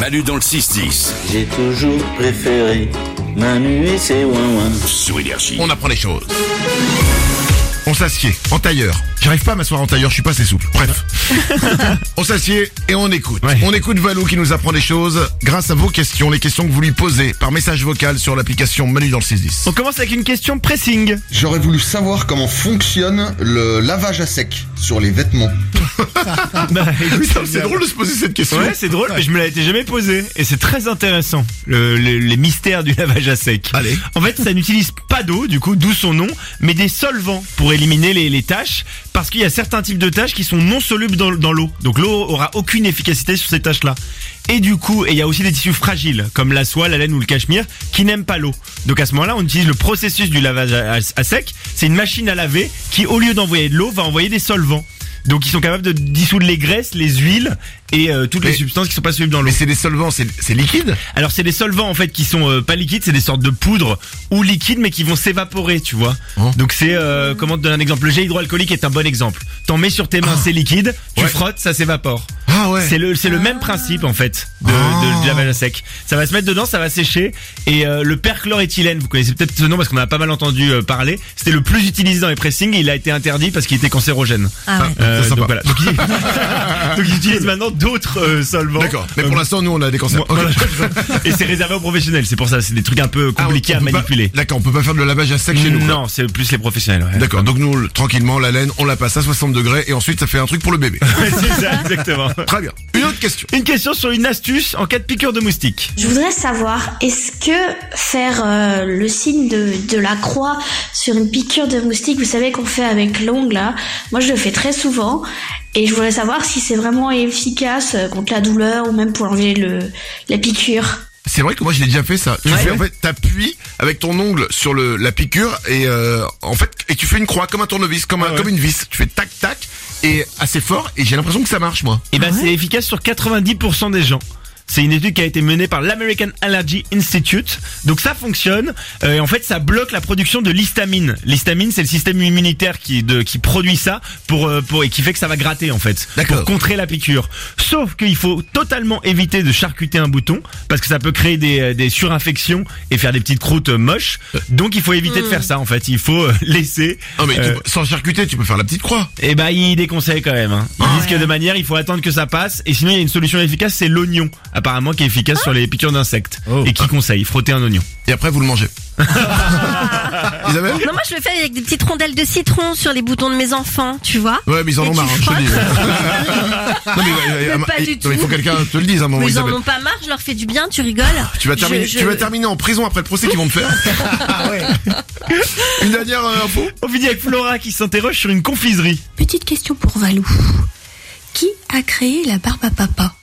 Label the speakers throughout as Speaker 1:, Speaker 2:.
Speaker 1: Manu dans le 6-10
Speaker 2: J'ai toujours préféré Manu et ses ouin
Speaker 1: sur Énergie.
Speaker 3: On apprend les choses. On s'assied en tailleur. J'arrive pas à m'asseoir en tailleur, je suis pas assez souple. Bref. on s'assied et on écoute.
Speaker 4: Ouais.
Speaker 3: On écoute Valou qui nous apprend des choses grâce à vos questions, les questions que vous lui posez par message vocal sur l'application Manu dans le 610.
Speaker 4: On commence avec une question pressing.
Speaker 5: J'aurais voulu savoir comment fonctionne le lavage à sec sur les vêtements.
Speaker 4: Ah,
Speaker 3: Putain, C'est drôle de se poser cette question.
Speaker 4: Ouais, c'est drôle, mais je me l'avais jamais posé. Et c'est très intéressant, le- le- les mystères du lavage à sec.
Speaker 3: Allez.
Speaker 4: En fait, ça n'utilise pas d'eau, du coup, d'où son nom, mais des solvants pour éliminer les, les tâches, parce qu'il y a certains types de tâches qui sont non solubles dans, dans l'eau. Donc l'eau aura aucune efficacité sur ces tâches-là. Et du coup, et il y a aussi des tissus fragiles, comme la soie, la laine ou le cachemire, qui n'aiment pas l'eau. Donc à ce moment-là, on utilise le processus du lavage à, à- à sec. C'est une machine à laver qui, au lieu d'envoyer de l'eau, va envoyer des solvants. Donc ils sont capables de dissoudre les graisses, les huiles et euh, toutes les
Speaker 3: Mais-
Speaker 4: substances qui sont pas solubles dans l'eau.
Speaker 3: Mais c'est des solvants, c'est c'est liquide
Speaker 4: Alors c'est des solvants en fait qui sont euh, pas liquides, c'est des sortes de poudres ou liquides mais qui vont s'évaporer, tu vois.
Speaker 3: Oh.
Speaker 4: Donc c'est euh, comment te donner un exemple Le gel hydroalcoolique est un bon exemple. T'en mets sur tes mains, c'est liquide, tu
Speaker 3: Ah. Ouais.
Speaker 4: frottes, ça s'évapore.
Speaker 3: Ah ouais.
Speaker 4: C'est le c'est le même principe en fait de, de, de lavage à sec. Ça va se mettre dedans, ça va sécher et euh, le perchloréthylène, vous connaissez peut-être ce nom parce qu'on en a pas mal entendu euh, parler. C'était le plus utilisé dans les pressings, et il a été interdit parce qu'il était cancérogène.
Speaker 6: Ah ouais.
Speaker 4: Euh,
Speaker 3: C'est sympa.
Speaker 4: donc voilà. Donc, ils- donc ils utilisent maintenant d'autres euh, solvants.
Speaker 3: D'accord. Mais pour l'instant, nous, on a des cancers.
Speaker 4: Bon,
Speaker 3: Ok.
Speaker 4: voilà. Et c'est réservé aux professionnels, c'est pour ça, c'est des trucs un peu
Speaker 3: Ah, on-
Speaker 4: compliqués
Speaker 3: on
Speaker 4: à
Speaker 3: peut pas-
Speaker 4: manipuler.
Speaker 3: D'accord, on peut pas faire de lavage à sec chez nous. quoi.
Speaker 4: non, c'est plus les professionnels. ouais.
Speaker 3: D'accord, donc nous, le- tranquillement, la laine, on la passe à 60 degrés et ensuite, ça fait un truc pour le bébé.
Speaker 4: c'est ça, exactement.
Speaker 3: Très bien. Une autre question.
Speaker 4: Une question sur une astuce en cas de piqûre de moustique.
Speaker 7: Je voudrais savoir, est-ce que faire euh, le signe de, de la croix sur une piqûre de moustique, vous savez qu'on fait avec l'ongle, là, moi je le fais très souvent, et je voudrais savoir si c'est vraiment efficace euh, contre la douleur ou même pour enlever le, la piqûre.
Speaker 3: C'est vrai que moi, je l'ai déjà fait ça. Tu
Speaker 4: Ouais.
Speaker 3: fais, en fait, t'appuies avec ton ongle sur le, la piqûre et, euh, en fait, et tu fais une croix comme un tournevis, comme, un,
Speaker 4: Ah ouais.
Speaker 3: comme une vis. Tu fais tac, tac, et assez fort, et j'ai l'impression que ça marche, moi.
Speaker 4: Et ben c'est efficace sur 90% des gens. C'est une étude qui a été menée par l'American Allergy Institute. Donc ça fonctionne. Euh, et en fait, ça bloque la production de l'histamine. L'histamine, c'est le système immunitaire qui, de, qui produit ça pour, euh, pour, et qui fait que ça va gratter en fait.
Speaker 3: D'accord.
Speaker 4: Pour contrer la piqûre. Sauf qu'il faut totalement éviter de charcuter un bouton parce que ça peut créer des, euh, des surinfections et faire des petites croûtes euh, moches. Donc il faut éviter de faire ça en fait. Il faut euh, laisser.
Speaker 3: Hmm. Non, mais tu
Speaker 4: euh,
Speaker 3: peux- sans charcuter, tu peux faire la petite croix.
Speaker 4: eh ben, ils déconseillent quand même. Hein. Ils
Speaker 3: Ah.
Speaker 4: disent que de manière, il faut attendre que ça passe. Et sinon, il y a une solution efficace, c'est l'oignon. Apparemment, qui est efficace sur les piqûres d'insectes.
Speaker 3: Oh.
Speaker 4: Et qui conseille frotter un oignon.
Speaker 3: Et après, vous le mangez. Isabelle?
Speaker 6: Non, moi je le fais avec des petites rondelles de citron sur les boutons de mes enfants, tu vois.
Speaker 3: Ouais, mais ils en
Speaker 6: Et
Speaker 3: ont
Speaker 6: tu
Speaker 3: marre, hein, je te
Speaker 6: frottes.
Speaker 3: le dis. non, mais, euh,
Speaker 6: Mais
Speaker 3: euh,
Speaker 6: pas
Speaker 3: il-
Speaker 6: du
Speaker 3: non, mais il faut
Speaker 6: tout.
Speaker 3: que quelqu'un te le dise à un moment,
Speaker 6: Mais ils en
Speaker 3: Isabelle. Ah,
Speaker 6: ont pas marre, je leur fais du bien, tu rigoles.
Speaker 3: Tu vas, terminer,
Speaker 6: Je- Ah je-
Speaker 3: tu vas terminer en prison après le procès qu'ils vont te faire. Une dernière euh, info
Speaker 4: On finit avec Flora qui s'interroge sur une confiserie.
Speaker 8: Petite question pour Valou. Qui a créé la barbe à papa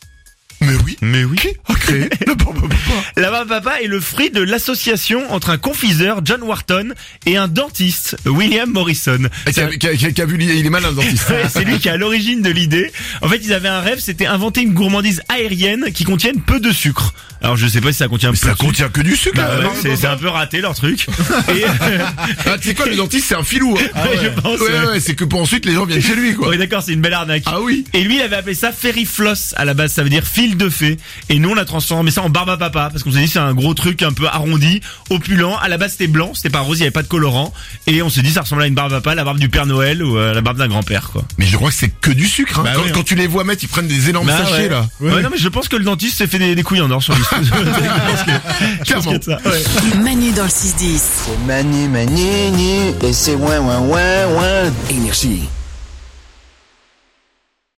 Speaker 3: Mais oui.
Speaker 4: Mais oui.
Speaker 3: Qui a créé le Bon Bon Bon Bon
Speaker 4: La barbe à papa est le fruit de l'association entre un confiseur, John Wharton, et un dentiste, William Morrison.
Speaker 3: Et qui a- qui a- qui a- qui a vu, il est malin le dentiste.
Speaker 4: Ouais, c'est lui qui est à l'origine de l'idée. En fait, ils avaient un rêve, c'était inventer une gourmandise aérienne qui contienne peu de sucre. Alors, je sais pas si ça contient peu de
Speaker 3: Ça
Speaker 4: sucre.
Speaker 3: contient que du sucre.
Speaker 4: Bah
Speaker 3: là,
Speaker 4: ouais,
Speaker 3: non,
Speaker 4: c'est
Speaker 3: non,
Speaker 4: c'est un peu raté leur truc. Et, euh,
Speaker 3: Ah, tu sais quoi, le dentiste, c'est un filou. hein.
Speaker 4: je pense.
Speaker 3: Ouais,
Speaker 4: ouais.
Speaker 3: ouais, ouais, c'est que pour ensuite, les gens viennent chez lui, quoi.
Speaker 4: Ouais, d'accord, c'est une belle arnaque.
Speaker 3: Ah oui.
Speaker 4: Et lui, il avait appelé ça Fairy Floss à la base, ça veut dire fil de fée. Et nous, on l'a transformé ça en barbe à papa, parce qu'on s'est dit c'est un gros truc un peu arrondi, opulent. À la base, c'était blanc, c'était pas rose, il y avait pas de colorant. Et on s'est dit ça ressemblait à une barbe à papa, la barbe du Père Noël ou euh, la barbe d'un grand-père, quoi.
Speaker 3: Mais je crois que c'est que du sucre. hein.
Speaker 4: Bah
Speaker 3: quand,
Speaker 4: ouais,
Speaker 3: quand
Speaker 4: hein.
Speaker 3: tu les vois mettre, ils prennent des énormes
Speaker 4: Bah,
Speaker 3: sachets,
Speaker 4: ouais.
Speaker 3: là.
Speaker 4: Ouais, non, mais je pense que le dentiste s'est fait des, des couilles en or sur lui. Je pense
Speaker 3: Clairement.
Speaker 4: que ça, ouais.
Speaker 9: Manu dans le 6-10.
Speaker 2: C'est Manu Manu nu et c'est ouin ouin ouin ouin
Speaker 9: Énergie.